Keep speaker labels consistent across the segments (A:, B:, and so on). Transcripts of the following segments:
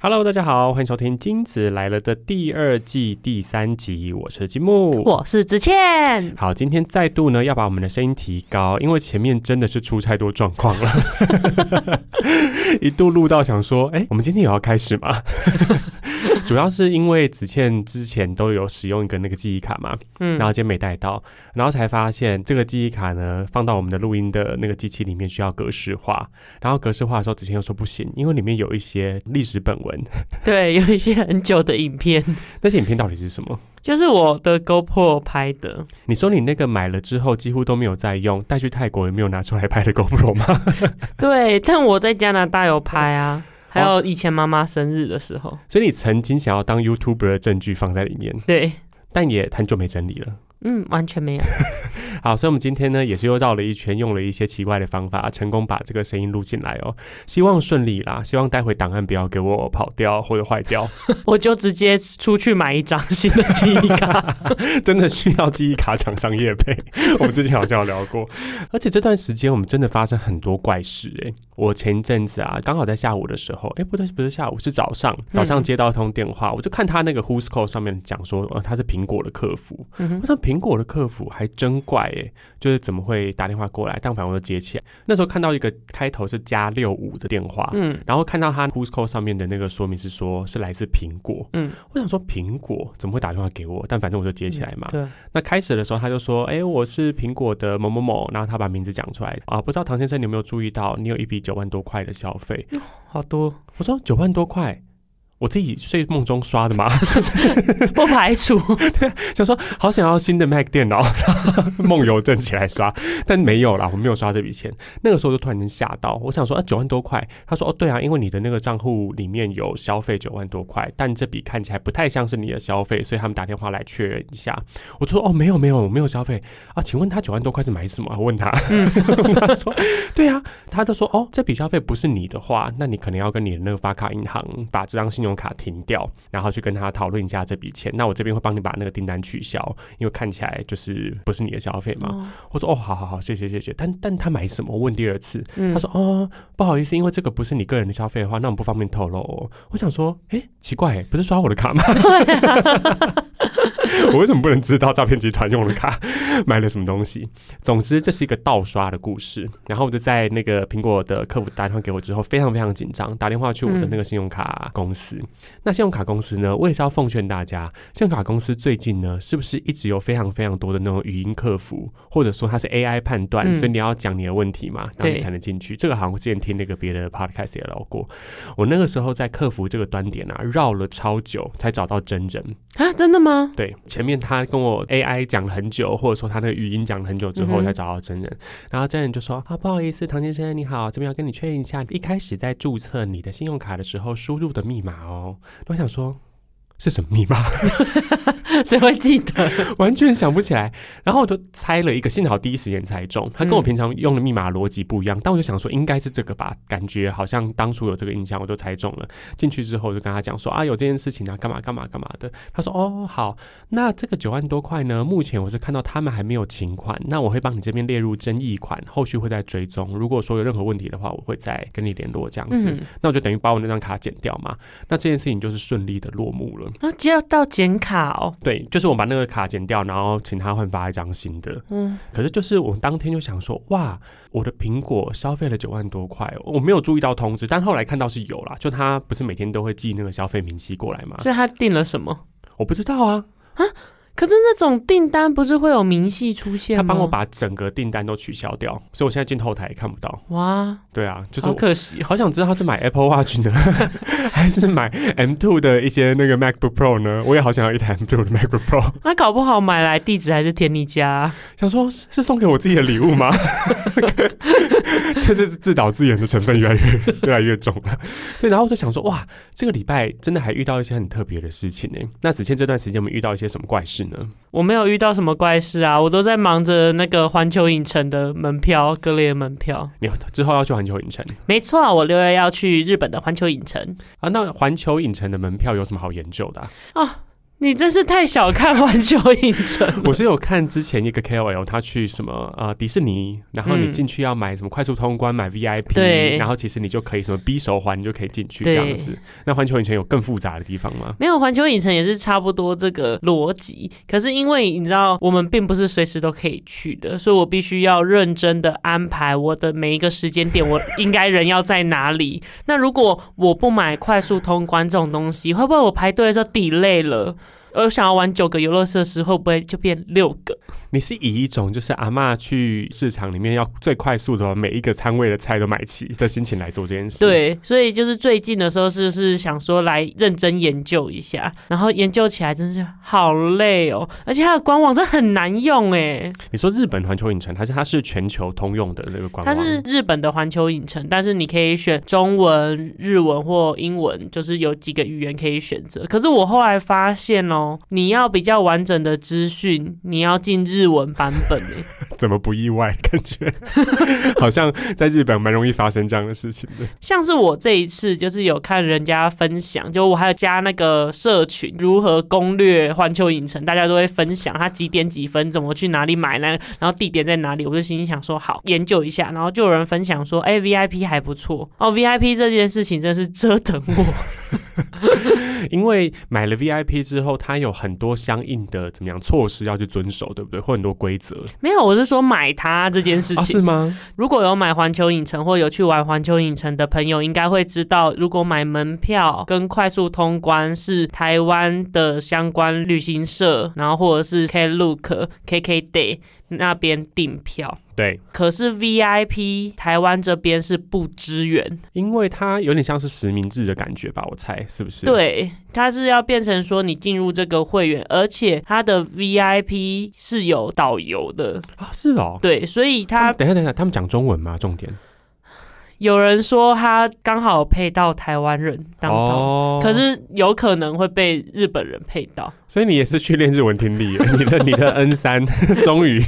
A: Hello，大家好，欢迎收听《金子来了》的第二季第三集，我是金木。
B: 我是子倩，
A: 好，今天再度呢要把我们的声音提高，因为前面真的是出太多状况了，一度录到想说，哎、我们今天也要开始吗？ 主要是因为子倩之前都有使用一个那个记忆卡嘛，
B: 嗯
A: 然后今天没带到，然后才发现这个记忆卡呢放到我们的录音的那个机器里面需要格式化，然后格式化的时候子倩又说不行，因为里面有一些历史本文，
B: 对，有一些很久的影片，
A: 那些影片到底是什么？
B: 就是我的 GoPro 拍的，
A: 你说你那个买了之后几乎都没有再用，带去泰国也没有拿出来拍的 GoPro 吗？
B: 对，但我在加拿大有拍啊，还有以前妈妈生日的时候，
A: 所以你曾经想要当 YouTuber 的证据放在里面，
B: 对，
A: 但也很久没整理了。
B: 嗯，完全没有，
A: 好，所以我们今天呢也是又绕了一圈，用了一些奇怪的方法，成功把这个声音录进来哦。希望顺利啦，希望待会档案不要给我跑掉或者坏掉，
B: 我就直接出去买一张新的记忆卡，
A: 真的需要记忆卡厂商业配。 我们之前好像有聊过，而且这段时间我们真的发生很多怪事诶、我前一阵子啊，刚好在下午的时候，诶，不对，不是下午，是早上，早上
B: 嗯
A: 接到一通电话，我就看他那个 Who's Call 上面讲说，呃，他是苹果的客服，
B: 嗯哼
A: 我想苹果的客服还真怪诶、就是怎么会打电话过来？但反正我就接起来，那时候看到一个开头是加六五的电话，
B: 嗯
A: 然后看到他 Who's Call 上面的那个说明是说是来自苹果，
B: 嗯，
A: 我想说苹果怎么会打电话给我？但反正我就接起来嘛。
B: 嗯对，
A: 那开始的时候他就说，诶，我是苹果的某某某，然后他把名字讲出来啊，不知道唐先生你有没有注意到，你有一笔九万多块的消费？
B: 好多，
A: 我说九万多块。我自己睡梦中刷的吗？
B: 不排除，
A: 想说好想要新的 Mac 电脑， 梦游症起来刷， 但没有啦，我没有刷这笔钱。那个时候就突然间吓到，我想说啊，九万多块，他说哦对啊，因为你的那个账户里面有消费九万多块，但这笔看起来不太像是你的消费，所以他们打电话来确认一下。我就说哦没有没有我没有消费啊，请问他九万多块是买什么啊？我问他， 他说对啊，他就说哦这笔消费不是你的话，那你可能要跟你的那个发卡银行把这张信用卡停掉，然后去跟他讨论一下这笔钱。那我这边会帮你把那个订单取消，因为看起来就是不是你的消费嘛。
B: 哦
A: 我说哦，好好好，谢谢谢谢。但但他买什么？我问第二次，
B: 嗯
A: 他说哦，不好意思，因为这个不是你个人的消费的话，那我们不方便透露哦。我想说，诶，奇怪，不是刷我的 卡吗？我为什么不能知道诈骗集团用的卡买了什么东西？总之，这是一个盗刷的故事。然后我就在那个苹果的客服打电话给我之后，非常非常紧张，打电话去我的那个信用卡公司。那信用卡公司呢，我也是要奉劝大家，信用卡公司最近呢，是不是一直有非常非常多的那种语音客服，或者说它是 AI 判断，
B: 嗯
A: 所以你要讲你的问题嘛，然后你
B: 对
A: 才能进去。这个好像我之前听那个别的 podcast 也聊过。我那个时候在客服这个端点啊，绕了超久才找到真人。
B: 啊，真 的吗？
A: 对，前面他跟我 AI 讲了很久，或者说他那个语音讲了很久之后，
B: 嗯哼
A: 才找到真人。然后真人就说：“啊，不好意思，唐先生你好，这边要跟你确认一下，一开始在注册你的信用卡的时候输入的密码哦。”我想说。是什么密码？
B: 谁会记得？
A: 完全想不起来。然后我就猜了一个，幸好第一时间猜中。他跟我
B: 嗯
A: 平常用的密码逻辑不一样，但我就想说应该是这个吧，感觉好像当初有这个印象，我就猜中了。进去之后我就跟他讲说啊，有这件事情啊，干嘛干嘛干嘛的。他说哦好，那这个九万多块呢，目前我是看到他们还没有请款，那我会帮你这边列入争议款，后续会再追踪。如果说有任何问题的话，我会再跟你联络这样 子。
B: 嗯，
A: 那我就等于把我那张卡剪掉嘛，那这件事情就是顺利的落幕了。
B: 啊，接到剪卡哦，
A: 对，就是我把那个卡剪掉，然后请他换发一张新的。
B: 嗯，
A: 可是就是我当天就想说，哇，我的苹果消费了九万多块，哦我没有注意到通知，但后来看到是有啦，就他不是每天都会寄那个消费明细过来吗？
B: 所以他订了什么？
A: 我不知道啊，
B: 可是那种订单不是会有明细出现
A: 他
B: 吗？
A: 帮我把整个订单都取消掉，所以我现在进后台也看不到。
B: 哇，
A: 对啊，就是
B: 好
A: 我。
B: 可惜哦。
A: 好想知道他是买 Apple Watch 呢， 还是买 M2 的一些那个 MacBook Pro 呢？我也好想要一台 M2 的 MacBook Pro，
B: 那搞不好买来地址还是填你家啊、
A: 想说是是送给我自己的礼物吗？ 就是自导自演的成分越来越越来越重了。对，然后我就想说，哇，这个礼拜真的还遇到一些很特别的事情呢。欸那子倩这段时间我们遇到一些什么怪事呢？
B: 我没有遇到什么怪事啊，我都在忙着那个环球影城的门票，各类的门票。
A: 你之后要去环球影城
B: 没错，我六月要去日本的环球影城
A: 啊？那环球影城的门票有什么好研究的啊、
B: 啊。你真是太小看环球影城了。
A: 我是有看之前一个 KOL，他去什么呃迪士尼，然后你
B: 嗯
A: 进去要买什么快速通关、买 VIP，
B: 对
A: 然后其实你就可以什么 B 手环，你就可以进去这样子。那环球影城有更复杂的地方吗？
B: 没有环球影城也是差不多这个逻辑，可是因为你知道我们并不是随时都可以去的，所以我必须要认真的安排我的每一个时间点，我应该人要在哪里。 那如果我不买快速通关这种东西，会不会我排队的时候 delay 了？而想要玩九个游乐设施，会不会就变六个？
A: 你是以一种就是阿嬷去市场里面要最快速的把每一个摊位的菜都买齐的心情来做这件事。，
B: 对，所以就是最近的时候是是想说来认真研究一下，然后研究起来真是好累哦，而且它的官网真的很难用哎。
A: 你说日本环球影城，它是它是全球通用的那个官
B: 它
A: 网，
B: 是日本的环球影城，但是你可以选中文、日文或英文，就是有几个语言可以选择。可是我后来发现哦，你要比较完整的资讯，你要进日文版本欸诶。
A: 怎么不意外？感觉好像在日本蛮容易发生这样的事情的。
B: 像是我这一次就是有看人家分享，就我还有加那个社群如何攻略环球影城，大家都会分享他几点几分怎么去哪里买呢，然后地点在哪里，我就心里想说好研究一下，然后就有人分享说，哎、v i p 还不错哦，VIP 这件事情真是折腾我。
A: 因为买了 VIP 之后，它有很多相应的怎么样措施要去遵守，对不对？或很多规则
B: 没有，我是说买它这件事
A: 啊？
B: 情。
A: 是吗？
B: 如果有买环球影城或有去玩环球影城的朋友，应该会知道，如果买门票跟快速通关是台湾的相关旅行社，然后或者是 Klook、KKday 那边订票。
A: 对，
B: 可是 VIP 台湾这边是不支援，
A: 因为它有点像是实名制的感觉吧，我猜是不是？，
B: 对，它是要变成说你进入这个会员，而且它的 VIP 是有导游的，
A: 啊，是哦。
B: 对，所以它
A: 他等一下，等一下，他们讲中文吗？重点
B: 有人说他刚好配到台湾人当到，
A: 哦
B: 可是有可能会被日本人配到。
A: 所以你也是去练日文听力耶， 你的你的 N 三 终于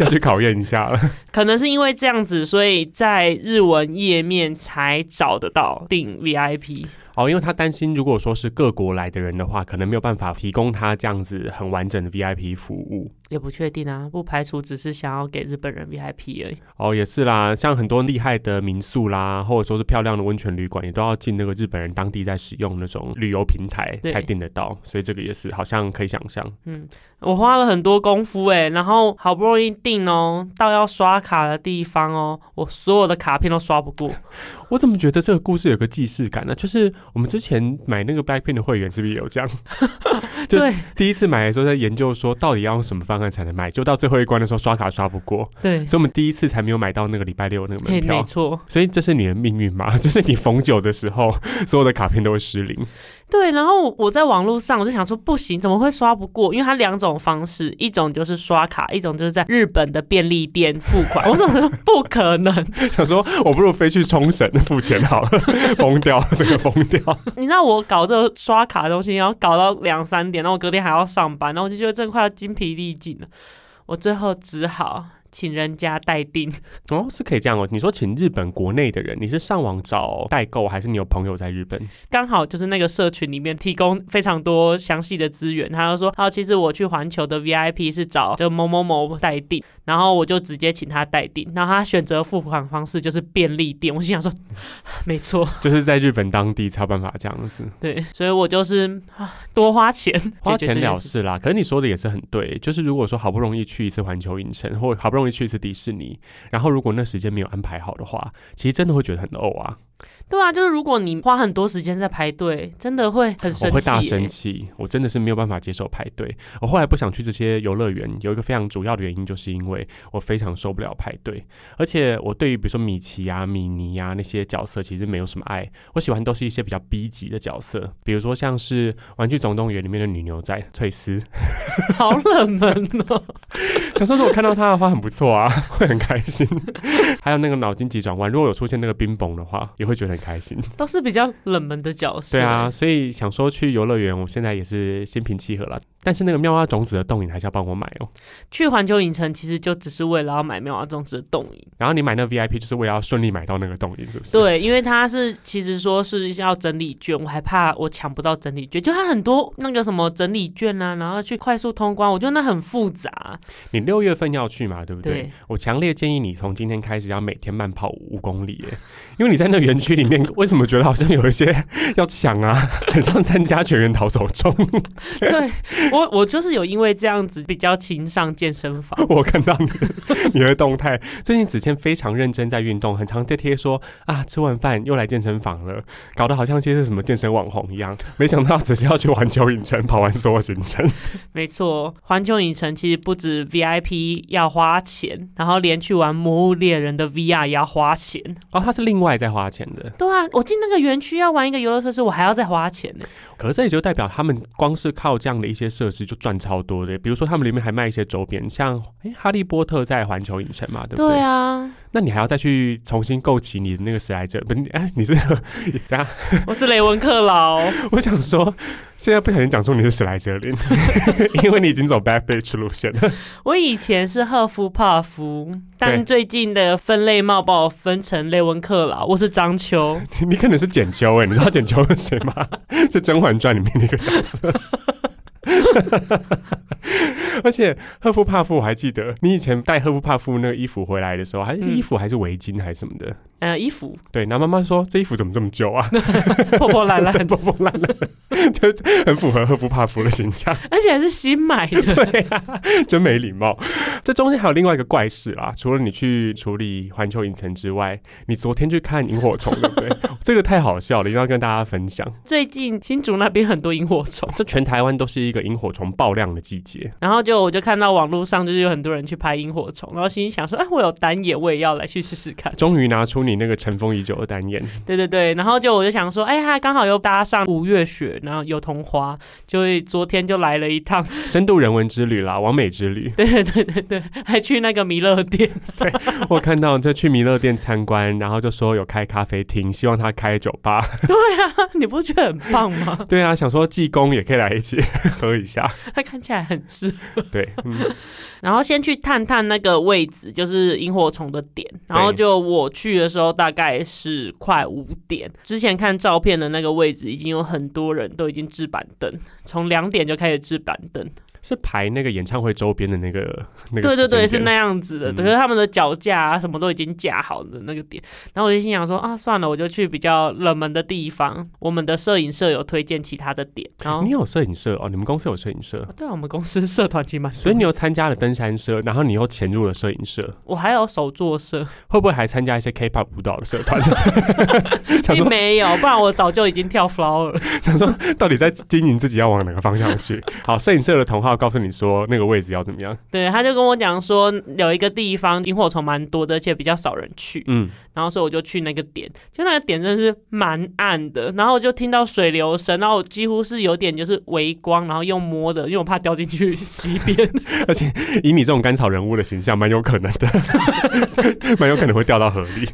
A: 要去考验一下了。
B: 可能是因为这样子，所以在日文页面才找得到订 VIP。
A: 哦，因为他担心，如果说是各国来的人的话，可能没有办法提供他这样子很完整的 VIP 服务。
B: 也不确定啊，不排除只是想要给日本人 VIP 而已。
A: 哦，也是啦，像很多厉害的民宿啦，或者说是漂亮的温泉旅馆，也都要进那个日本人当地在使用那种旅游平台
B: 对
A: 才订得到，所以这个也是好像可以想象。
B: 我花了很多功夫哎、然后好不容易订哦，到要刷卡的地方哦，我所有的卡片都刷不过。
A: 我怎么觉哦得这个故事有个既视感呢？啊就是我们之前买那个 Blackpink 的会员是不是也有这样？ 就
B: 对
A: 第一次买的时候在研究说到底要用什么方案才能买，就到最后一关的时候刷卡刷不过，
B: 对，
A: 所以我们第一次才没有买到那个礼拜六那个门
B: 嘿，没
A: 票。
B: 错。
A: 所以这是你的命运吗？ 就是你逢九的时候，所有的卡片都会失灵。
B: 对，然后我在网络上我就想说，不行，怎么会刷不过？因为它两种方式，一种就是刷卡，一种就是在日本的便利店付款。我怎么说不可能？
A: 想说，我不如飞去冲绳付钱好了， 疯掉，这个疯掉。
B: 你知道我搞这个刷卡的东西，然后搞到两三点，然后我隔天还要上班，然后我就觉得真的快要精疲力尽了。我最后只好请人家代订。
A: 哦，是可以这样哦。你说请日本国内的人，你是上网找代购，还是你有朋友在日本？
B: 刚好就是那个社群里面提供非常多详细的资源，他就说啊，其实我去环球的 VIP 是找就某某某代订，然后我就直接请他代订，然后他选择付款方式就是便利店，我心想说，嗯没错，
A: 就是在日本当地才有办法这样子，
B: 对，所以我就是、啊、多花钱，
A: 花
B: 解决
A: 钱
B: 这件
A: 了
B: 事情。
A: 事啦。可是你说的也是很对，就是如果说好不容易去一次环球影城，或好不容易去一次迪士尼，然后如果那时间没有安排好的话，其实真的会觉得很呕啊，
B: 对啊，就是如果你花很多时间在排队，真的会很生气、
A: 我会大
B: 欸
A: 生气，我真的是没有办法接受排队。我后来不想去这些游乐园，有一个非常主要的原因，就是因为我非常受不了排队，而且我对于比如说米奇啊、米妮啊那些角色其实没有什么爱，我喜欢都是一些比较 B 级的角色，比如说像是《玩具总动员》里面的女牛仔翠丝，
B: 好冷门哦。
A: 小时候如果看到她的话很不错啊， 会很开心。还有那个脑筋急转弯，如果有出现那个冰崩的话，也会觉得很开心。啊
B: 都是比较冷门的角色。
A: 对啊，，所以想说去游乐园，我现在也是心平气和了。但是那个妙蛙种子的冻饮还是要帮我买哦。
B: 去环球影城其实就只是为了要买妙蛙种子的冻饮，
A: 然后你买那 VIP 就是为了要顺利买到那个冻饮，是不是？，
B: 对，因为它是其实说是要整理券，我还怕我抢不到整理券，就它很多那个什么整理券啊，然后去快速通关，我觉得那很复杂。
A: 你六月份要去嘛，对不对？
B: 对
A: 我强烈建议你从今天开始要每天慢跑五公里，耶， 因为你在那园区里面，为什么觉得好像有一些要抢啊， 很像参加全员逃走中？
B: 对我，我就是有因为这样子比较勤上健身房。
A: 我看到你你的动态，最近子谦非常认真在运动，很常在贴说啊，吃完饭又来健身房了，搞得好像些是什么健身网红一样。没想到只是要去环球影城跑完所有行程，
B: 没错，环球影城其实不止 VIP 要花钱，然后连去玩《魔物猎人》的 VR 也要花钱。
A: 哦，他是另外在花钱的。
B: 对啊，我进那个园区要玩一个游乐设施，我还要再花钱呢。
A: 可是这也就代表他们光是靠这样的一些设施就赚超多的，比如说他们里面还卖一些周边，像诶哈利波特在环球影城嘛，对不对？
B: 对啊，
A: 那你还要再去重新购起你的那个史莱哲，不是？哎，你是 等下，
B: 我是雷文克劳。
A: 我想说，现在不小心讲出你是史莱哲 林，因为你已经走 bad bitch 路线了。
B: 我以前是赫夫帕夫，但
A: 对
B: 最近的分类帽把我分成雷文克劳，我是章丘。
A: 你可能是简秋哎，你知道简秋是谁吗？ 是《甄嬛传》里面的一个角色。 而且赫夫帕夫，我还记得你以前带赫夫帕夫那个衣服回来的时候，还是
B: 嗯
A: 衣服还是围巾还是什么的。
B: 呃，衣服
A: 对，然后妈妈说这衣服怎么这么旧啊，，
B: 破破烂烂
A: 破破烂烂的，就很符合赫夫帕夫的形象。
B: 而且还是新买的。
A: 对啊，真没礼貌。这中间还有另外一个怪事啦，除了你去处理环球影城之外，你昨天去看萤火虫，对不 对？这个太好笑了，一定要跟大家分享。
B: 最近新竹那边很多萤火虫，
A: 就全台湾都是一个萤火虫爆量的季节，
B: 然后就我就看到网络上就是有很多人去拍萤火虫，然后心里想说，哎，我有单眼，我也要来去试试看。
A: 终于拿出你那个尘封已久的单眼，
B: 对对对，然后就我就想说，哎，它刚好又搭上五月雪，然后油桐花，就会昨天就来了一趟。
A: 深度人文之旅啦，完美之旅。
B: 对对对对对，还去那个弥勒殿。
A: 我看到就去弥勒殿参观，然后就说有开咖啡厅，希望他开酒吧。
B: 啊你不觉得很棒吗？
A: 对啊，想说济公也可以来一起喝一下。
B: 它看起来很适
A: 对，嗯，
B: 然后先去探探那个位置，就是萤火虫的点。然后就我去的时候大概是快五点，之前看照片的那个位置已经有很多人都已经置板凳，从两点就开始置板凳。
A: 是排那个演唱会周边的那个那个时
B: 对对
A: 间
B: 对，
A: 点
B: 是那样子的。
A: 嗯
B: 可是他们的脚架啊什么都已经架好的那个点，然后我就心想说啊，算了，我就去比较冷门的地方。我们的摄影社有推荐其他的点，然后
A: 你有摄影社哦，你们公司有摄影社，
B: 对啊，我们公司社团其实蛮多的，
A: 所以你又参加了登山社，然后你又潜入了摄影社，
B: 我还有手作社，
A: 会不会还参加一些 K-pop 舞蹈的社团？ 想
B: 并
A: 说
B: 没有，不然我早就已经跳 flower 了。
A: 想说，到底在经营自己要往哪个方向 去？好，摄影社的同号告诉你说那个位置要怎么样？
B: 对，他就跟我讲说，有一个地方萤火虫蛮多的，而且比较少人去，
A: 嗯，
B: 然后所以我就去那个点，就那个点真的是蛮暗的，然后我就听到水流声，然后我几乎是有点就是微光，然后又摸的，因为我怕掉进去溪边。
A: 以你这种甘草人物的形象，蛮有可能的， 蛮有可能会掉到河里。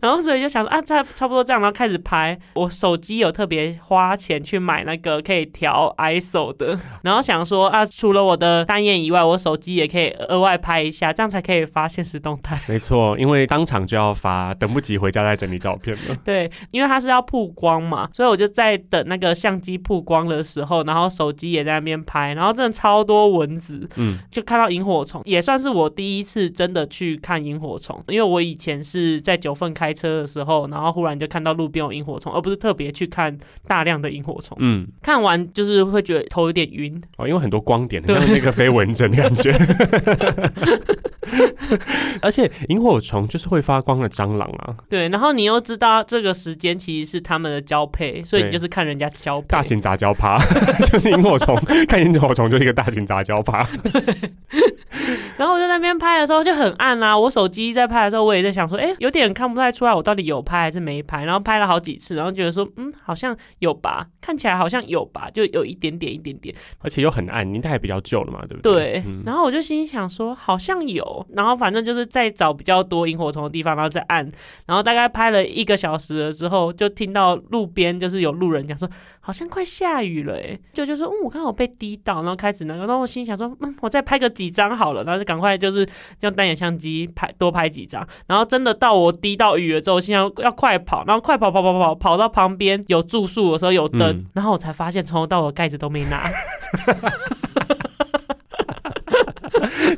B: 然后所以就想说啊，差差不多这样，然后开始拍。我手机有特别花钱去买那个可以调 ISO 的，然后想说啊，除了我的单眼以外，我手机也可以额外拍一下，这样才可以发现实动态。
A: 没错，因为当场就要发，等不及回家再整理照片了。
B: 对，因为它是要曝光嘛，所以我就在等那个相机曝光的时候，然后手机也在那边拍，然后真的超多蚊子，
A: 嗯，
B: 就看到萤火虫，也算是我第一次真的去看萤火虫，因为我以前是在九份开车的时候，然后忽然就看到路边有萤火虫，而不是特别去看大量的萤火虫，
A: 嗯，
B: 看完就是会觉得头有点晕，
A: 哦，因为很多光点，很像那个飞蚊症的感觉。 而且萤火虫就是会发光的蟑螂啊，
B: 对，然后你又知道这个时间其实是他们的交配，所以你
A: 对
B: 就是看人家交配
A: 大。型 杂交趴就是萤火虫，看萤火虫就是一个大型杂交趴。
B: 然后我在那边拍的时候就很暗啦、我手机在拍的时候，我也在想说，哎、有点看不太出来我到底有拍还是没拍。然后拍了好几次，然后觉得说，嗯，好像有吧，看起来好像有吧，就有一点点，一点点。
A: 而且又很暗，年代也比较旧了嘛，对不
B: 对，
A: 嗯
B: 然后我就心想说好像有，然后反正就是在找比较多萤火虫的地方，然后再按，然后大概拍了一个小时了之后，就听到路边就是有路人讲说好像快下雨了，哎，就就说嗯我刚好被滴到，然后开始那个，然后我心想说嗯我再拍个几张好了，然后就赶快就是用单眼相机拍多拍几张，然后真的到我滴到雨了之后，我心想要快跑，然后快跑跑跑跑跑到旁边有住宿的时候有灯，
A: 嗯
B: 然后我才发现从头到尾盖子都没拿。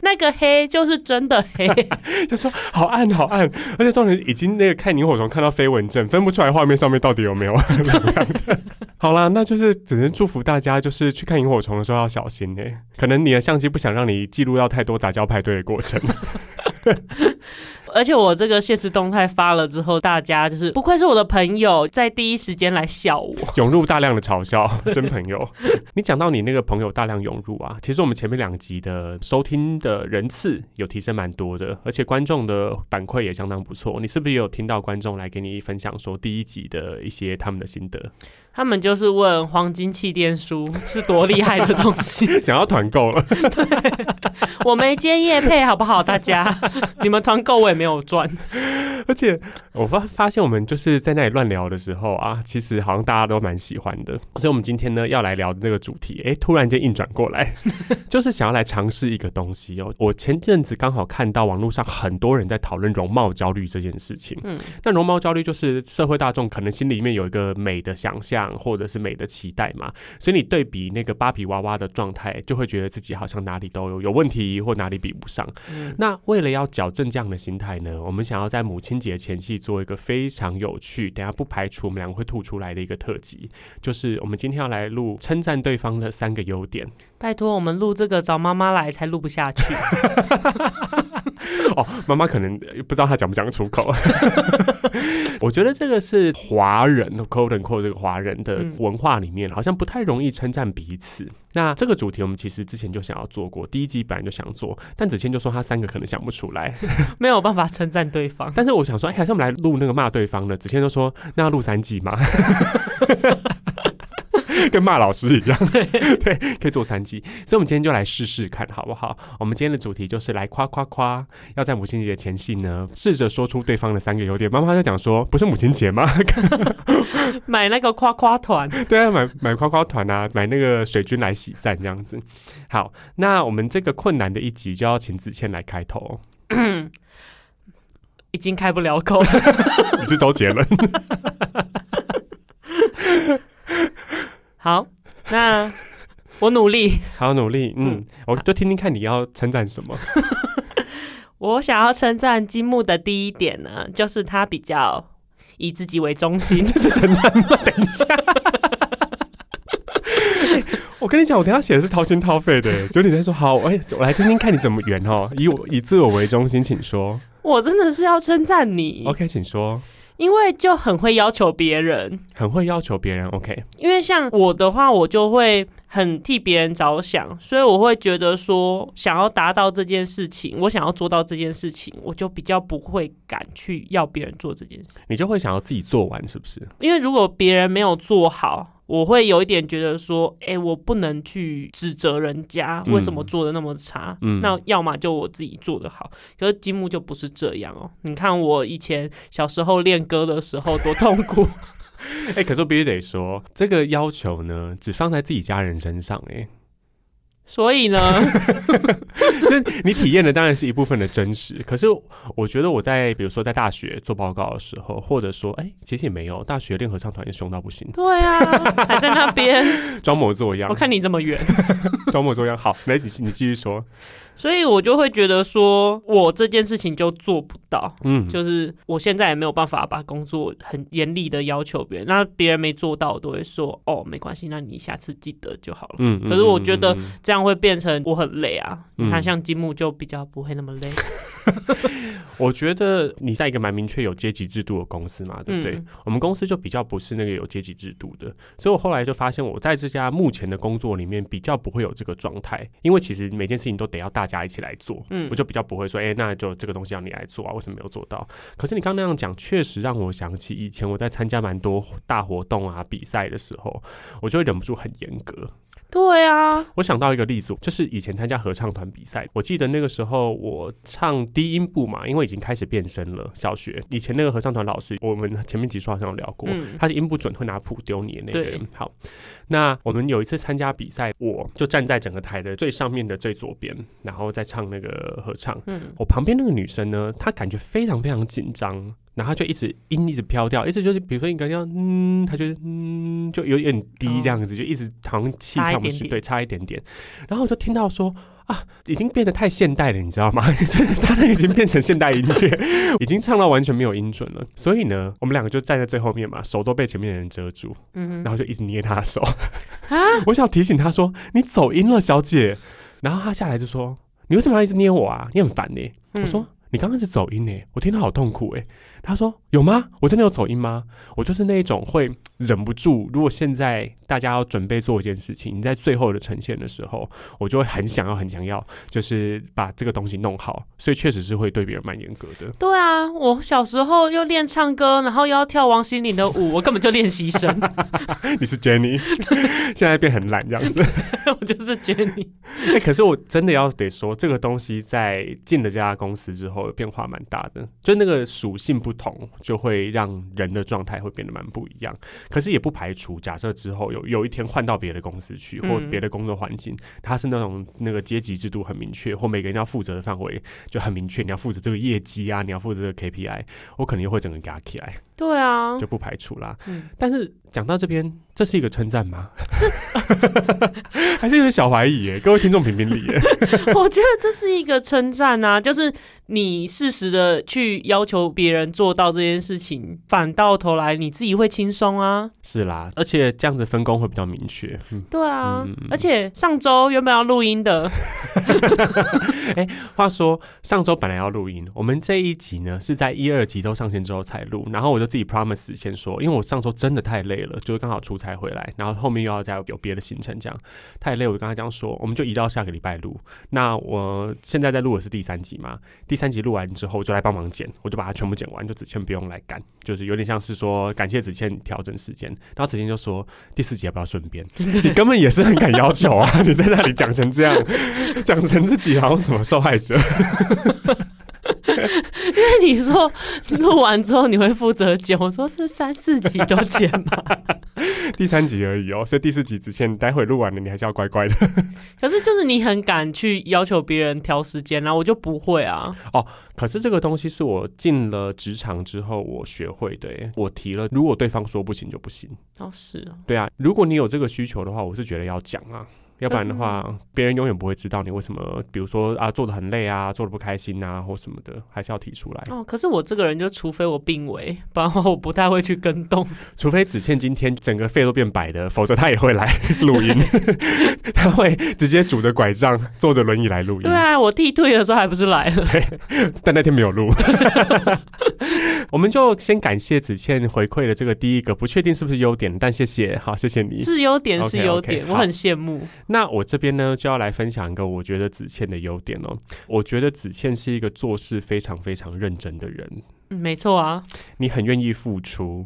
B: 那个黑就是真的黑，
A: 就说好暗好暗，而且重点已经那个看萤火虫看到飞蚊症，分不出来画面上面到底有没有亮亮的 好啦，那就是只能祝福大家，就是去看萤火虫的时候要小心哎、可能你的相机不想让你记录到太多杂交派对的过程。
B: 而且我这个现实动态发了之后，大家就是不愧是我的朋友，在第一时间来笑我。
A: 涌入大量的嘲笑， 真朋友。你讲到你那个朋友大量涌入啊，其实我们前面两集的收听的人次有提升蛮多的，而且观众的反馈也相当不错。你是不是也有听到观众来给你分享说第一集的一些他们的心得，
B: 他们就是问黄金气垫书是多厉害的东 西，
A: 想要团购了？
B: 我没接叶配好不好？大 家，你们团购我也没有赚。
A: 而且 我发发现我们就是在那里乱聊的时候啊，其实好像大家都蛮喜欢的。所以，我们今天呢要来聊的那个主题，诶，突然间硬转过 来，就是想要来尝试一个东西哦。我前阵子刚好看到网络上很多人在讨论容貌焦虑这件事情。
B: 嗯
A: 那容貌焦虑就是社会大众可能心里面有一个美的想象或者是美的期待嘛，所以你对比那个芭比娃娃的状态，就会觉得自己好像哪里都有有问题或哪里比不上。
B: 嗯
A: 那为了要矫正这样的心态呢，我们想要在母亲节前夕做一个非常有趣，等一下不排除我们俩会吐出来的一个特辑，就是我们今天要来录称赞对方的三个优点。
B: 拜托，我们录这个找妈妈来才录不下去。
A: 哦，妈妈可能呃不知道她讲不讲得出口。 我觉得这个是华人 “quote and quote” 这个华人的
B: 嗯
A: 文化里面，好像不太容易称赞彼此。那这个主题我们其实之前就想要做过，第一集本来就想做，但子谦就说他三个可能想不出来。
B: 没有办法称赞对方。
A: 但是我想说，哎，还是我们来录那个骂对方的。子谦就说，那要录三季吗？ 跟骂老师一样， 对，可以做三季，所以我们今天就来试试看，好不好？我们今天的主题就是来夸夸夸，要在母亲节前夕呢，试着说出对方的三个优点。妈妈就讲说，不是母亲节吗？
B: 买那个夸夸团，
A: 对啊，买买夸夸团啊，买那个水军来洗赞这样子。好，那我们这个困难的一集就要请子谦来开头 哦，
B: 已经开不了 口。
A: 你是周杰 伦。
B: 好，那我努力。
A: 好努力，嗯，我就听听看你要称赞什么。
B: 我想要称赞金木的第一点呢，就是他比较以自己为中 心。
A: 这是称赞吗？等一下。我跟你讲，我等一下写的是掏心掏肺 的，就你在说好，哎、我来听听看你怎么圆哦，以我以自我为中心，请说。
B: 我真的是要称赞你
A: OK，请说。
B: 因为就很会要求别人。
A: 很会要求别人，OK，
B: 因为像我的话，我就会很替别人着想，所以我会觉得说，想要达到这件事情，我想要做到这件事情，我就比较不会敢去要别人做这件事。
A: 你就会想要自己做完，是不是？
B: 因为如果别人没有做好，我会有一点觉得说，哎、我不能去指责人家
A: 嗯
B: 为什么做的那么差。
A: 嗯
B: 那要么就我自己做的好，可是积木就不是这样哦。你看我以前小时候练歌的时候多痛 苦，
A: 哎、可是我必须得说，这个要求呢，只放在自己家人身上、哎，
B: 所以呢，
A: 就是你体验的当然是一部分的真实，可是我觉得我在比如说在大学做报告的时候，或者说，哎、其实也没有，大学练合唱团也凶到不行，
B: 对啊，还在那边，
A: 装模作样
B: 我，看你这么远，
A: 装模作样。好，来你你继续说。
B: 所以我就会觉得说，我这件事情就做不到。
A: 嗯，
B: 就是我现在也没有办法把工作很严厉的要求别人，那别人没做到，我都会说哦，没关系，那你下次记得就好了。
A: 嗯
B: 可是我觉得
A: 嗯嗯嗯
B: 这样会变成我很累啊。
A: 嗯
B: 你看，像积木就比较不会那么累。
A: 我觉得你在一个蛮明确有阶级制度的公司 嘛，对不对？
B: 嗯
A: 我们公司就比较不是那个有阶级制度的，所以我后来就发现，我在这家目前的工作里面比较不会有这个状态，因为其实每件事情都得要大家一起来做，
B: 嗯
A: 我就比较不会说，哎、那就这个东西要你来做啊，为什么没有做到？可是你刚刚那样讲，确实让我想起以前我在参加蛮多大活动啊、比赛的时候，我就会忍不住很严格，
B: 对啊，
A: 我想到一个例子，就是以前参加合唱团比赛，我记得那个时候我唱低音部嘛，因为已经开始变声了。小学以前那个合唱团老师，我们前面几说好像有聊过，
B: 嗯
A: 他是音不准会拿谱丢你的那个人
B: 对。
A: 好，那我们有一次参加比赛，我就站在整个台的最上面的最左边，然后再唱那个合唱。
B: 嗯，
A: 我旁边那个女生呢，她感觉非常非常紧张，然后她就一直音一直飘掉，一直就是比如说你感觉嗯，她就是嗯，就有点低这样子，就一直好像气
B: 哦差一
A: 唱不
B: 点
A: 是
B: 点
A: 对，差一点点。然后我就听到说。啊，已经变得太现代了，你知道吗？ 就是她那个已经变成现代音乐， 已经唱到完全没有音准了。所以呢，我们两个就站在最后面嘛，手都被前面的人遮住，然
B: 嗯哼，
A: 后就一直捏她的手。
B: 啊
A: 我想提醒她说：“你走音了，小姐。”然后她下来就说：“你为什么要一直捏我啊？你很烦呢、
B: 嗯
A: 我说。你刚开始走音呢、欸我听到好痛苦哎、他说有吗？我真的有走音吗？我就是那一种会忍不住。如果现在大家要准备做一件事情，你在最后的呈现的时候，我就会很想要、很想要，就是把这个东西弄好。所以确实是会对别人蛮严格的。
B: 对啊，我小时候又练唱歌，然后又要跳王心凌的舞，我根本就练习生，
A: 你是 Jenny，现 在变很懒这样子。
B: 我就是觉得你
A: 哎、可是我真的要得说，这个东西在进了这家公司之后变化蛮大的，就那个属性不同，就会让人的状态会变得蛮不一样。可是也不排除，假设之后有有一天换到别的公司去，或
B: 嗯
A: 别的工作环境，它是那种那个阶级制度很明确，或每个人要负责的范围就很明确，你要负责这个业绩啊，你要负责这个 KPI，我可能又会整个给它起来，
B: 对啊，
A: 就不排除啦。
B: 嗯
A: 但是讲到这边，这是一个称赞吗？ 还是有点小怀疑耶，各位听众评评理耶。
B: 我觉得这是一个称赞啊，就是你适时的去要求别人做到这件事情，反到头来你自己会轻松啊。
A: 是啦，而且这样子分工会比较明确。嗯，
B: 对啊，
A: 嗯
B: 而且上周原本要录音的，
A: 话说上周本来要录音，我们这一集呢是在一二集都上线之后才录，然后我就自己 promise 先说，因为我上周真的太累了，就是刚好出差回来，然后后面又要再有别的行程，这样太累，我就跟他这样说，我们就移到下个礼拜录。那我现在在录的是第三集嘛，第三集录完之后我就来帮忙剪，我就把它全部剪完，就子倩不用来赶，就是有点像是说感谢子倩调整时间，然后子倩就说 第四集要不要顺便？ 你根本也是很敢要求啊！你在那里讲成这样， 讲成自己好像什么受害者，
B: 因为你说录完之后你会负责剪，我说是三四集都剪吧，
A: 第三集而已哦，所以第四集之前待会录完了，你还是要乖乖的。
B: 可是就是你很敢去要求别人调时间啊，我就不会啊。
A: 可是这个东西是我进了职场之后我学会的耶，我提了，如果对方说不行就不行。
B: 哦，是哦，
A: 对啊，如果你有这个需求的话，我是觉得要讲啊。要不然的话，别人永远不会知道你为什么，比如说啊，做的很累啊，做的不开心啊，或什么的，还是要提出来。
B: 哦，可是我这个人就除非我病危，不然的话我不太会去跟动。
A: 除非子倩今天整个肺都变白的，否则她也会来录音。 她会直接拄着拐杖，坐着轮椅来录音
B: 对。啊，我剃退的时候还不是来了？
A: 但那天没有录。 我们就先感谢子倩回馈的这个第一个，不确定是不是优点，但谢谢，好，谢谢你。
B: 是优点
A: OK，OK，
B: 是优点，
A: 嗯好
B: 我很羡慕。
A: 那我这边呢，就要来分享一个我觉得子倩的优点哦。我觉得子倩是一个做事非常非常认真的人，
B: 嗯，没错啊，
A: 你很愿意付出，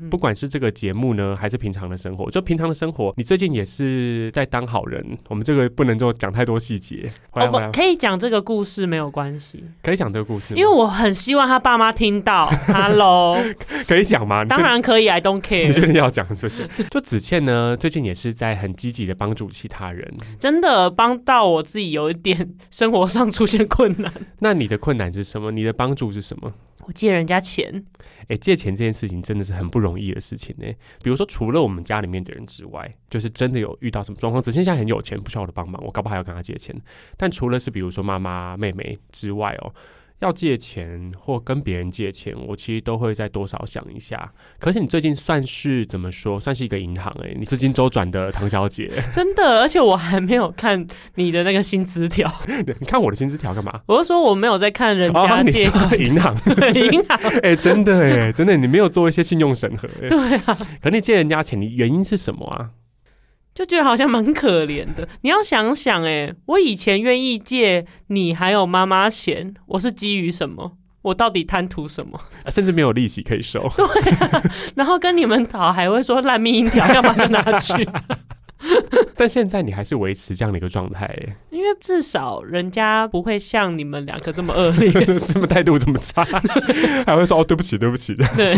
B: 嗯
A: 不管是这个节目呢，还是平常的生活，就平常的生活，你最近也是在当好人。我们这个不能够讲太多细节，回来
B: 哦
A: 回来
B: 不可以讲这个故事没有关系，
A: 可以讲这个故事吗，
B: 因为我很希望他爸妈听到。Hello，
A: 可以讲吗？你确
B: 当然可以，I don't
A: 你确
B: care。
A: 定要讲是不是？就子倩呢，最近也是在很积极的帮助其他人。
B: 真的帮到我自己有一点生活上出现困难，
A: 那你的困难是什么？你的帮助是什么？
B: 我借人家钱，
A: 哎、借钱这件事情真的是很不容易的事情呢、比如说，除了我们家里面的人之外，就是真的有遇到什么状况，子倩现在很有钱，不需要我的帮忙，我搞不好还要跟她借钱。但除了是比如说妈妈、妹妹之外哦。要借钱或跟别人借钱，我其实都会再多少想一下。可是你最近算是怎么说？算是一个银行哎、你资金周转的唐小姐。
B: 真的，而且我还没有看你的那个薪资条，
A: 你看我的薪资条干嘛？
B: 我是说我没有在看人
A: 哦
B: 家，
A: 你
B: 借款
A: 说银行，
B: 的 银行，
A: 哎、真的哎、真的，你没有做一些信用审核、欸。 对啊，可你借人家钱，你原因是什么啊？
B: 就觉得好像蛮可怜的。你要想想、哎，我以前愿意借你还有妈妈钱，我是基于什么？我到底贪图什么？
A: 啊甚至没有利息可以收。
B: 然后跟你们讨，还会说烂命一条，要把它拿去。
A: 但现在你还是维持这样的一个状态、欸，
B: 因为至少人家不会像你们两个这么恶劣。
A: 这么态度这么差， 还会说哦对不起对不起 的。
B: 对，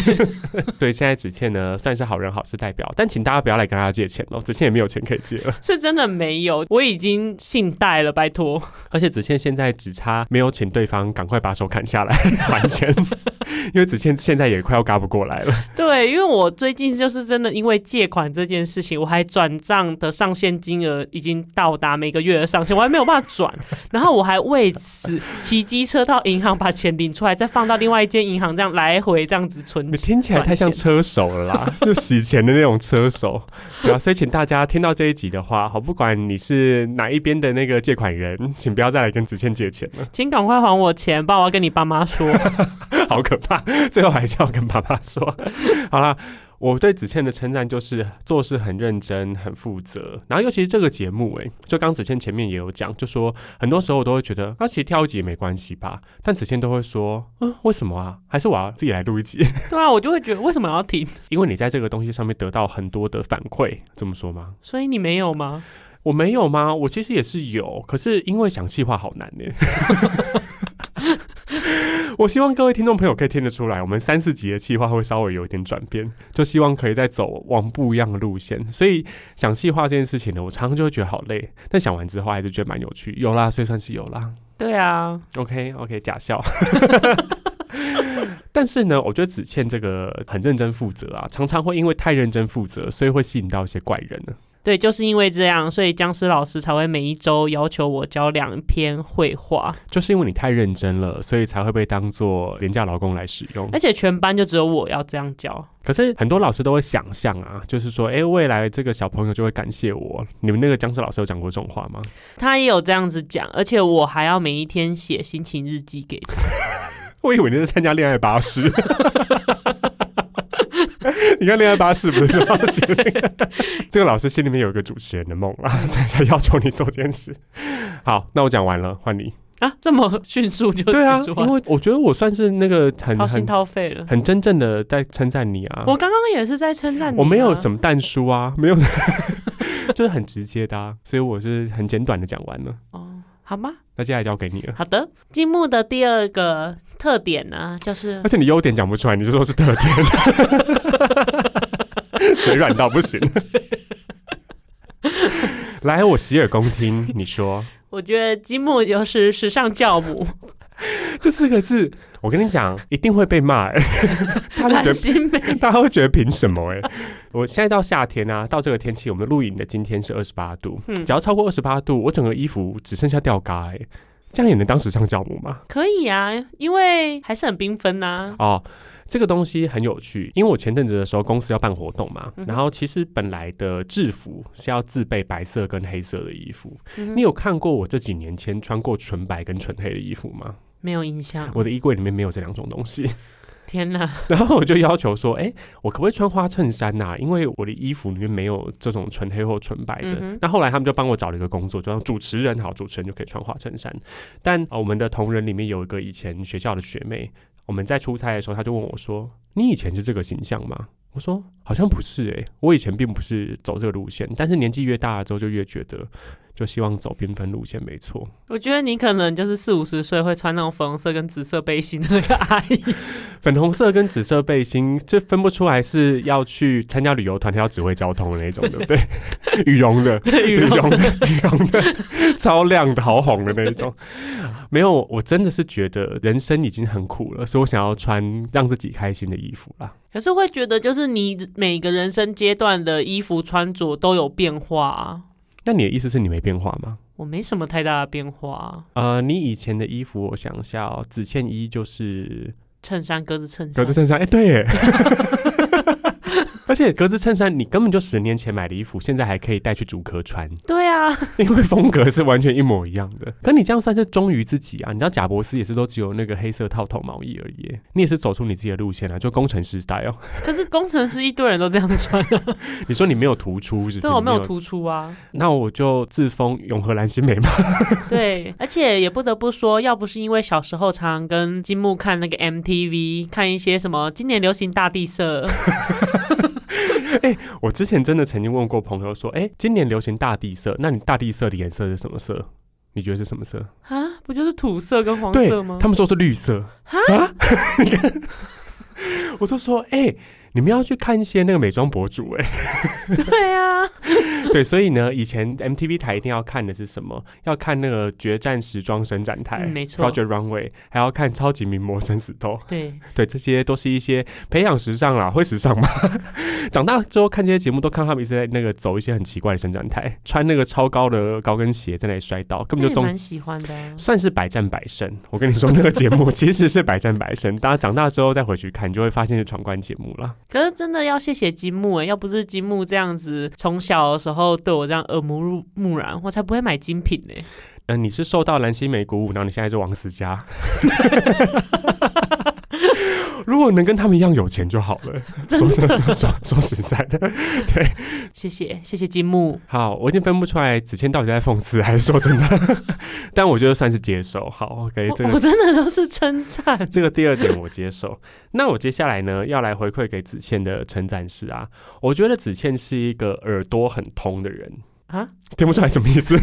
A: 对，现在子倩呢算是好人好事代表，但请大家不要来跟她借钱哦，子倩也没有钱可以借了。
B: 是真的没有，我已经信贷了，拜托。
A: 而且子倩现在只差没有请对方赶快把手砍下来还钱， 因为子倩现在也快要嘎不过来了。
B: 对，因为我最近就是真的因为借款这件事情，我还转账的上限金额已经到达每个月的上限，我还没有办法转，然后我还为此骑机车到银行把钱领出来，再放到另外一间银行，这样来回这样子存
A: 你。听起来太像车手了啦， 就洗钱的那种车手，对啊，所以请大家听到这一集的话，好，不管你是哪一边的那个借款人， 请不要再来跟子倩借钱了，
B: 请赶快还我钱，不然我要跟你爸妈说。
A: 好可怕。 最后还是要跟爸爸说， 好啦。我对子倩的称赞就是做事很认真、很负责，然后尤其是这个节目、欸，就刚子倩前面也有讲，就说很多时候我都会觉得，啊那、其实挑一集也没关系吧，但子倩都会说，嗯，为什么啊？还是我要自己来录一集。
B: 对啊，我就会觉得为什么要停？
A: 因为你在这个东西上面得到很多的反馈，这么说吗？
B: 所以你没有吗？
A: 我没有吗？我其实也是有，可是因为想气话好难呢。 我希望各位听众朋友可以听得出来，我们三四集的气话会稍微有一点转变，就希望可以再走往不一样的路线。所以想气话这件事情呢，我常常就会觉得好累，但想完之后还是觉得蛮有趣，有啦，所以算是有啦。
B: 对啊，
A: OK OK，假笑。 但是呢，我觉得子倩这个很认真负责啊，常常会因为太认真负责，所以会吸引到一些怪人呢。
B: 对，就是因为这样，所以僵尸老师才会每一周要求我教两篇绘画，
A: 就是因为你太认真了，所以才会被当做廉价劳工来使用
B: 而。且全班就只有我要这样教。
A: 可是很多老师都会想象啊，就是说，哎、未来这个小朋友就会感谢我。你们那个僵尸老师有讲过这种话吗？
B: 他也有这样子讲，而且我还要每一天写心情日记给他。
A: 我以为你在参加恋爱巴士。 你看《恋爱巴士》不是老师，这个老 师心里面有一个主持人的梦啦，所以才要求你做这件事。好，那我讲完了，换 你。
B: 啊，这么迅速就
A: 对啊，
B: 结束
A: 因
B: 了，
A: 为我觉得我算是那个很
B: 掏心
A: 很
B: 掏肺了。
A: 很真正的在称赞你啊。
B: 我刚刚也是在称赞你、啊
A: 我没有什
B: 么，
A: 么淡书啊，没有， 就是很直接的啊，所以我是很简短的讲完了。
B: 哦，好吗？
A: 那接下来交给你了，
B: 好的。积木的第二个特点呢、就是
A: 而且你优点讲不出来，你就说是特点， 嘴软到不行。 来，我洗耳恭听，你说
B: 我觉得积木就是时尚教母，
A: 这四个字，我跟你讲，一定会被 骂、欸，大家
B: 蓝
A: 会觉
B: 心美。
A: 得大家会觉得凭什么、欸？哎，我现在到夏天啊，到这个天气，我们录影的今天是二十八度，
B: 嗯
A: 只要超过二十八度，我整个衣服只剩下吊嘎、欸，哎，这样也能当时尚教母吗？
B: 可以啊，因为还是很缤纷啊呐、
A: 哦，这个东西很有趣，因为我前阵子的时候公司要办活动嘛，然后其实本来的制服是要自备白色跟黑色的衣服。你有看过我这几年前穿过纯白跟纯黑的衣服吗？
B: 没有印象。
A: 我的衣柜里面没有这两种东西，
B: 天哪！
A: 然后我就要求说，哎、我可不可以穿花衬衫呐、因为我的衣服里面没有这种纯黑或纯白的。
B: 嗯哼
A: 那后来他们就帮我找了一个工作，就让主持人好，主持人就可以穿花衬衫。但、呃我们的同仁里面有一个以前学校的学妹，我们在出差的时候，她就问我说：“你以前是这个形象吗？”我说：“好像不是诶、欸我以前并不是走这个路线，但是年纪越大了之后，就越觉得就希望走缤纷路线，没错。”
B: 我觉得你可能就是四五十岁会穿那种粉红色跟紫色背心的那个阿 姨，
A: 粉红色跟紫色背心，就分不出来是要去参加旅游团还要指挥交通的那种，对不 对？羽绒的，
B: 对，羽
A: 羽绒
B: 绒
A: 的， 羽绒的，超亮的，好红的那一种。没有，我真的是觉得人生已经很苦了，所以我想要穿让自己开心的衣服啦。
B: 可是会觉得就是你每个人生阶段的衣服穿着都有变化啊。
A: 那你的意思是你没变化吗？
B: 我没什么太大的变化，啊
A: 呃，你以前的衣服，我想一下哦，子倩衣就是
B: 衬衫、格子衬
A: 格
B: 衫
A: 子，衬衫，哎、对耶。 而且格子衬衫，你根本就十年前买的衣服，现在还可以带去竹科穿，
B: 对啊，
A: 因为风格是完全一模一样的。可你这样算是忠于自己啊！你知道贾博斯也是都只有那个黑色套头毛衣而已耶，你也是走出你自己的路线了、就工程师 style。
B: 可是工程师一堆人都这样穿，
A: 你说你没有突出是不是？
B: 对我啊没有。突出啊。
A: 那我就自封永和蓝心湄嘛。
B: 对，而且也不得不说，要不是因为小时候常跟金木看那个 MTV，看一些什么今年流行大地色，
A: 我之前真的曾经问过朋友说，哎、今年流行大地色，那你大地色的颜色是什么色？你觉得是什么色？
B: 啊，不就是土色跟黄
A: 对
B: 色吗
A: 他？们说是绿色啊， 你看，我就说，哎、你们要去看一些那个美妆博主哎、
B: 对啊，
A: 对，所以呢，以前 MTV 台一定要看的是什么？要看那个《决战时装伸展台》
B: 嗯没错
A: Project Runway，还要看《超级名模生死斗》。
B: 对，
A: 对，这些都是一些培养时尚啦，会时尚吗？ 长大之后看这些节目，都看他们一直在那个走一些很奇怪的伸展台，穿那个超高的高跟鞋在那里摔倒，根本
B: 那
A: 就
B: 也
A: 中
B: 蛮喜欢的啊、
A: 算是百战百胜。我跟你说，那个节目其实是百战百胜。大家长大之后再回去看，你就会发现是闯关节目了。
B: 可是真的要谢谢金木哎、要不是金木这样子，从小的时候对我这样耳濡目目染，我才不会买精品呢、
A: 嗯、你是受到蓝心湄鼓舞，然后你现在是王思佳。 如果能跟他们一样有钱就好了。说说说说 说实在的，
B: 谢谢，谢谢金木。
A: 好，我已经分不出来子谦到底在讽刺还是说真的， 但我觉得算是接受。好，OK，这哎
B: 我
A: 个
B: 我真的都是称赞，
A: 这个第二点我接受。那我接下来呢，要来回馈给子倩的称赞是啊，我觉得子倩是一个耳朵很通的人
B: 啊，
A: 听不出来什么意思，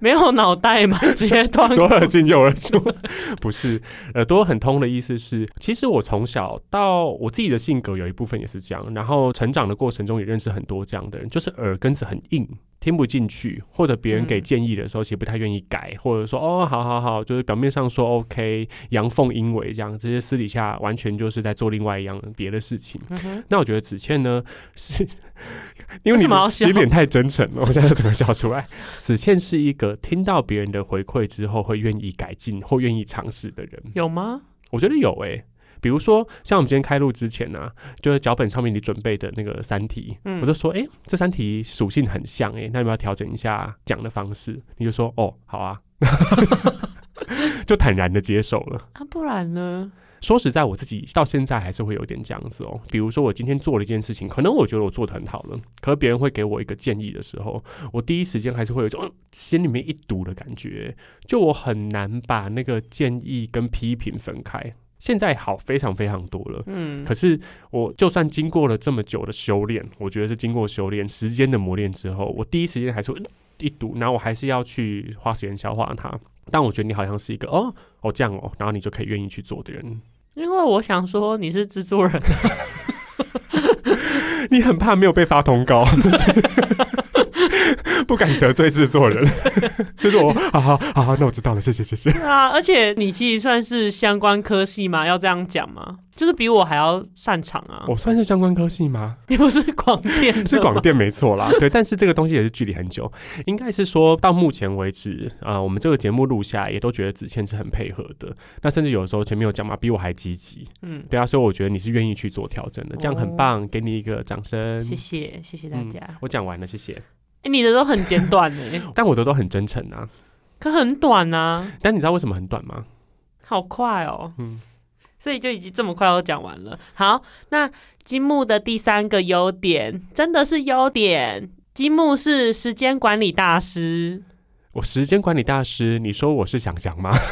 B: 没有脑袋嘛， 直接断
A: 左耳进右耳出， 不是耳朵很通的意思是，其实我从小到我自己的性格有一部分也是这样，然后成长的过程中也认识很多这样的人，就是耳根子很硬。听不进去，或者别人给
B: 嗯
A: 建议的时候，其实不太愿意改，或者说哦，好好好，就是表面上说 OK，阳奉阴违这样，这些私底下完全就是在做另外一样别的事情。
B: 嗯哼
A: 那我觉得子倩呢是，因为
B: 为
A: 你
B: 什么要笑
A: 你脸太真诚了，我现在怎么笑出来？子倩是一个听到别人的回馈之后会愿意改进或愿意尝试的人，
B: 有吗？
A: 我觉得有诶、比如说，像我们今天开录之前呢、啊，就是脚本上面你准备的那个三题，
B: 嗯
A: 我就说，诶，这三题属性很像、诶，那你们要调整一下讲的方式。你就说，哦，好啊， 就坦然的接受了。
B: 啊，不然呢？
A: 说实在，我自己到现在还是会有点这样子哦。比如说，我今天做了一件事情，可能我觉得我做的很好了，可是别人会给我一个建议的时候，我第一时间还是会有一种、嗯心里面一堵的感觉，就我很难把那个建议跟批评分开。现在好非常非常多了。
B: 嗯
A: 可，是，我就算经过了这么久的修炼，我觉得是经过修炼、时间的磨练之后，我第一时间还是会嗯一读，然后我还是要去花时间消化它。但我觉得你好像是一个哦哦这样哦，然后你就可以愿意去做的人，
B: 因为我想说你是制作人，
A: 你很怕没有被发通告， 不敢得罪制作人， 就是我，好好好好，那我知道了，谢谢谢谢。
B: 对啊，而且你其实算是相关科系嘛，要这样讲吗？就是比我还要擅长啊！
A: 我算是相关科系吗？
B: 你不是广电的吗
A: 是广电没错啦，对，但是这个东西也是距离很久，应该是说到目前为止啊、我们这个节目录下来也都觉得子倩是很配合的，那甚至有时候前面有讲嘛，比我还积极，
B: 嗯，
A: 对啊，所以我觉得你是愿意去做调整的，这样很棒，给你一个掌声。
B: 哦谢谢谢谢大家。哎、
A: 我讲完了，谢谢。
B: 你的都很简短呢、
A: 但我的都很真诚啊，
B: 可很短啊，
A: 但你知道为什么很短吗？
B: 好快哦。
A: 嗯
B: 所以就已经这么快都讲完了。好，那积木的第三个优点真的是优点，积木是时间管理大师。
A: 我时间管理大师，你说我是想想吗？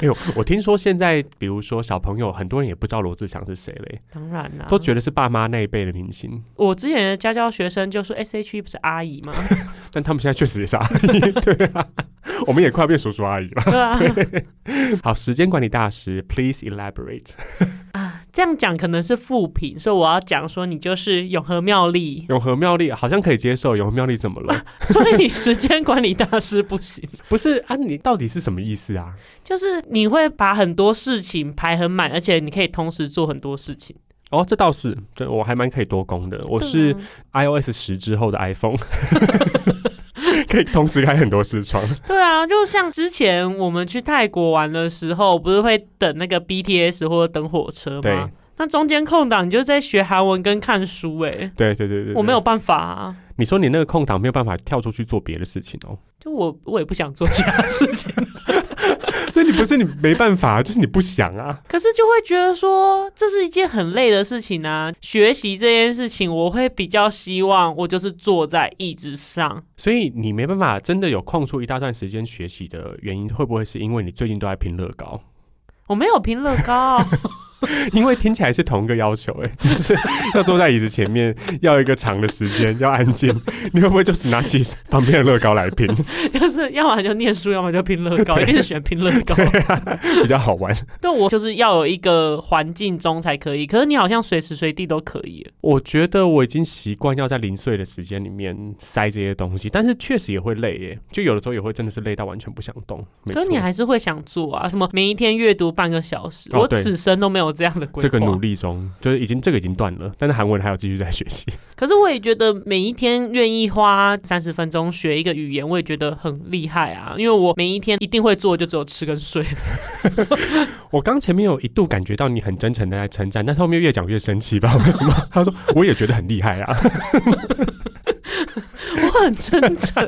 A: 哎呦，我听说现在，比如说小朋友，很多人也不知道罗志祥是谁嘞，
B: 当然啦、
A: 都觉得是爸妈那一辈的明星，
B: 我之前的家教学生就说 S H E 不是阿姨吗？
A: 但他们现在确实也是阿姨， 对啊，我们也快要变叔叔阿姨了。
B: 对啊，
A: 好，时间管理大师，please elaborate。
B: 这样讲可能是负评，所以我要讲说你就是永和妙丽，
A: 永和妙丽好像可以接受，永和妙丽怎么了？
B: 所以你时间管理大师不行，
A: 不是啊，你到底是什么意思啊？
B: 就是你会把很多事情排很满，而且你可以同时做很多事情。
A: 哦，这倒是，对我还蛮可以多功的，我是
B: 对啊
A: iOS 十之后的 iPhone。 可以同时开很多视窗。
B: 对啊，就像之前我们去泰国玩的时候，不是会等那个 BTS 或者等火车
A: 对
B: 吗？那中间空档，你就在学韩文跟看书、欸。
A: 对对对对，对
B: 我没有。办法、啊，
A: 你说你那个空档没有办法跳出去做别的事情哦，
B: 就我我也不想做其他事情，
A: 所以你不是你没办法， 就是你不想啊。
B: 可是就会觉得说这是一件很累的事情啊。学习这件事情，我会比较希望我就是坐在椅子上，
A: 所以你没办法真的有空出一大段时间学习的原因，会不会是因为你最近都在拼乐高？
B: 我没有拼乐高。啊
A: 因为听起来是同一个要求、哎， 就是要坐在椅子前面，要一个长的时间，要安静。你会不会就是拿起旁边的乐高来拼，
B: 就是要么就念书，要么就拼乐高，一定是选拼乐高。
A: 比较好玩？
B: 对，我就是要有一个环境中才可以。可是你好像随时随地都可以耶，
A: 我觉得我已经习惯要在零碎的时间里面塞这些东西，但是确实也会累耶，就有的时候也会真的是累到完全不想动。没
B: 可是你
A: 错
B: 还是会想做啊。什么每一天阅读半个小时，
A: 哦
B: 我
A: 对
B: 此生都没有这样的规划。
A: 这个努力中，就是已经这个已经断了，但是韩文还要继续在学习。
B: 可是我也觉得每一天愿意花三十分钟学一个语言，我也觉得很厉害啊。因为我每一天一定会做，就只有吃跟睡。
A: 我刚前面有一度感觉到你很真诚的在称赞，但是后面越讲越生气，不知道为什么。他说我也觉得很厉害啊，
B: 我很真 诚，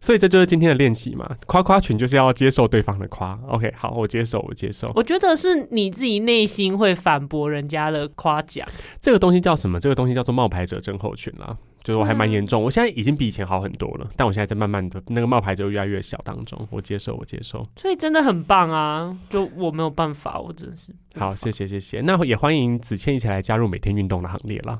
A: 所以这就是今天的练习嘛。夸夸群就是要接受对方的夸。OK，好，我接受，我接受。
B: 我觉得是你自己内心会反驳人家的夸奖。
A: 这个东西叫什么？这个东西叫做冒牌者症候群啦。就是我还蛮严重，
B: 嗯
A: 我现在已经比以前好很多了，但我现在在慢慢的那个冒牌者越来越小当中，我接受，我接受。
B: 所以真的很棒啊！就我没有办法，我真的是没办
A: 好，
B: 法
A: 谢谢谢谢。那也欢迎子倩一起来加入每天运动的行列啦。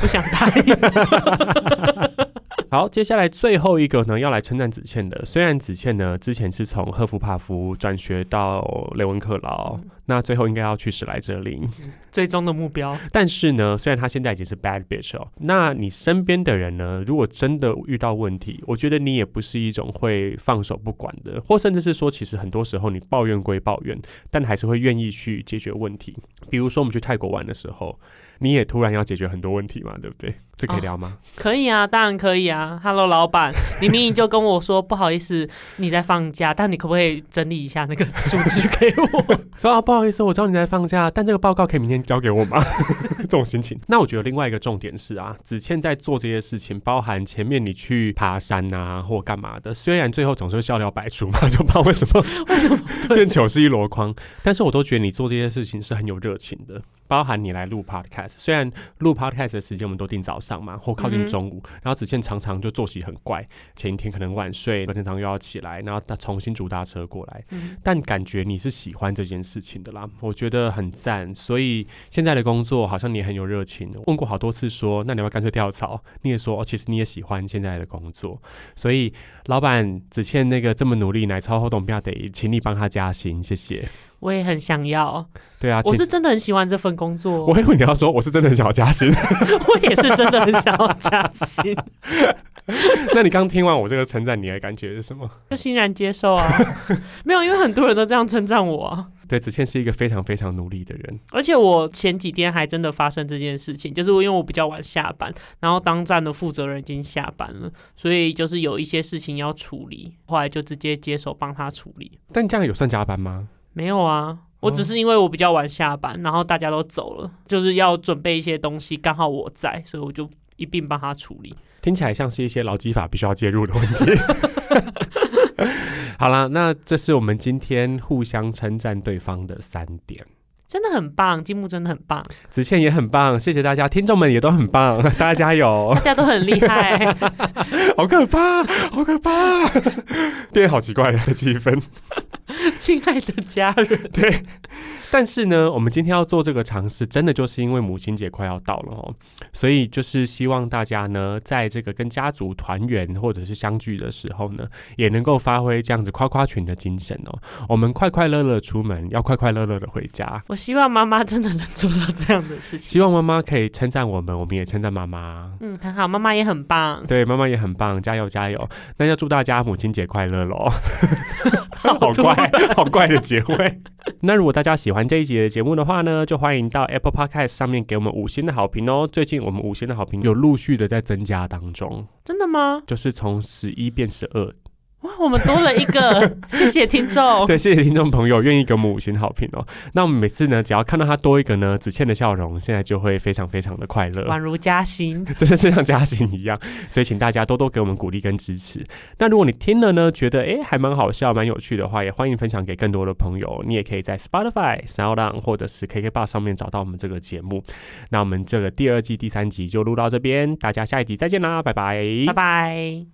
B: 不想答应。
A: 好，接下来最后一个呢，要来称赞子倩的。虽然子倩呢之前是从赫夫帕夫转学到雷文克劳，那最后应该要去史莱哲林，
B: 最终的目标，
A: 但是呢，虽然她现在已经是 bad bitch 哦，那你身边的人呢，如果真的遇到问题，我觉得你也不是一种会放手不管的，或甚至是说，其实很多时候你抱怨归抱怨，但还是会愿意去解决问题。比如说我们去泰国玩的时候，你也突然要解决很多问题嘛，对不对？这可以
B: 哦
A: 聊吗？
B: 可以啊，当然可以啊。Hello，老板，你明明就跟我说不好意思，你在放假，但你可不可以整理一下那个数据给 我？
A: 说啊，不好意思，我知道你在放假，但这个报告可以明天交给我吗？ 这种心情。那我觉得另外一个重点是啊，子倩在做这些事情，包含前面你去爬山啊或干嘛的，虽然最后总是会笑料百出嘛， 就不知道为什么为什么变糗是一箩筐，但是我都觉得你做这些事情是很有热情的。包含你来录 podcast，虽然录 podcast 的时间我们都定早上嘛，或靠
B: 嗯
A: 近
B: 哼
A: 中午，然后子倩常常就作息很怪，前一天可能晚睡，隔天早上又要起来，然后她重新主搭车过来，
B: 嗯
A: 但感觉你是喜欢这件事情的啦，我觉得很赞。所以现在的工作好像你也很有热情，问过好多次说，那你要不要干脆跳槽？你也说，哦，其实你也喜欢现在的工作。所以老板子倩那个这么努力，奶超后董不要得，请你帮他加薪，谢谢。
B: 我也很想要，
A: 对啊，
B: 我
A: 请
B: 是真的很喜欢这份工作，哦
A: 我以为你要说我是真的很想要加薪，
B: 我也是真的很想要加薪，
A: 那你刚听完我这个称赞，你的感觉是什么？
B: 就欣然接受啊。 没有，因为很多人都这样称赞我啊。
A: 对，子倩是一个非常非常努力的人。
B: 而且我前几天还真的发生这件事情，就是因为我比较晚下班，然后当站的负责人已经下班了，所以就是有一些事情要处理，后来就直接接手帮他处理。
A: 但这样有算加班吗？
B: 没有啊，我只是因为我比较晚下班，然后大家都走了，就是要准备一些东西，刚好我在，所以我就一并帮他处理。
A: 听起来像是一些劳基法必须要介入的问题。 好啦，那这是我们今天互相称赞对方的三点。
B: 真的很棒，积木真的很棒，
A: 子倩也很棒，谢谢大家，听众们也都很棒，大家加油
B: 大！家都很厉害。
A: 好可怕，好可怕，变得好奇怪的气氛。
B: 亲爱的家人，
A: 但是呢，我们今天要做这个尝试，真的就是因为母亲节快要到了哦，所以就是希望大家呢，在这个跟家族团圆或者是相聚的时候呢，也能够发挥这样子夸夸群的精神哦。我们快快乐乐出门，要快快乐乐的回家。
B: 我希望妈妈真的能做到这样的事情。
A: 希望妈妈可以称赞我们，我们也称赞妈妈。
B: 嗯，很好，妈妈也很棒。
A: 对，妈妈也很棒，加油加油！那要祝大家母亲节快乐喽！好怪，好怪的结尾。那如果大家喜欢这一集的节目的话呢，就欢迎到 Apple Podcast 上面给我们五星的好评哦。最近我们五星的好评有陆续的在增加当中，
B: 真的吗？
A: 就是从十一变十二。
B: 哇，我们多了一 个，谢谢听众。
A: 对，谢谢听众朋友愿意给我们五星好评哦。那我们每次呢，只要看到他多一个呢子倩的笑容，现在就会非常非常的快乐。
B: 宛如嘉欣，
A: 真的是像嘉欣一样，所以请大家多多给我们鼓励跟支持。那如果你听了呢，觉得诶还蛮好笑、蛮有趣的话，也欢迎分享给更多的朋友。你也可以在 Spotify、Sound 或者是 KK b o x 上面找到我们这个节目。那我们这个第二季第三集就录到这边，大家下一集再见啦，拜拜，
B: 拜拜。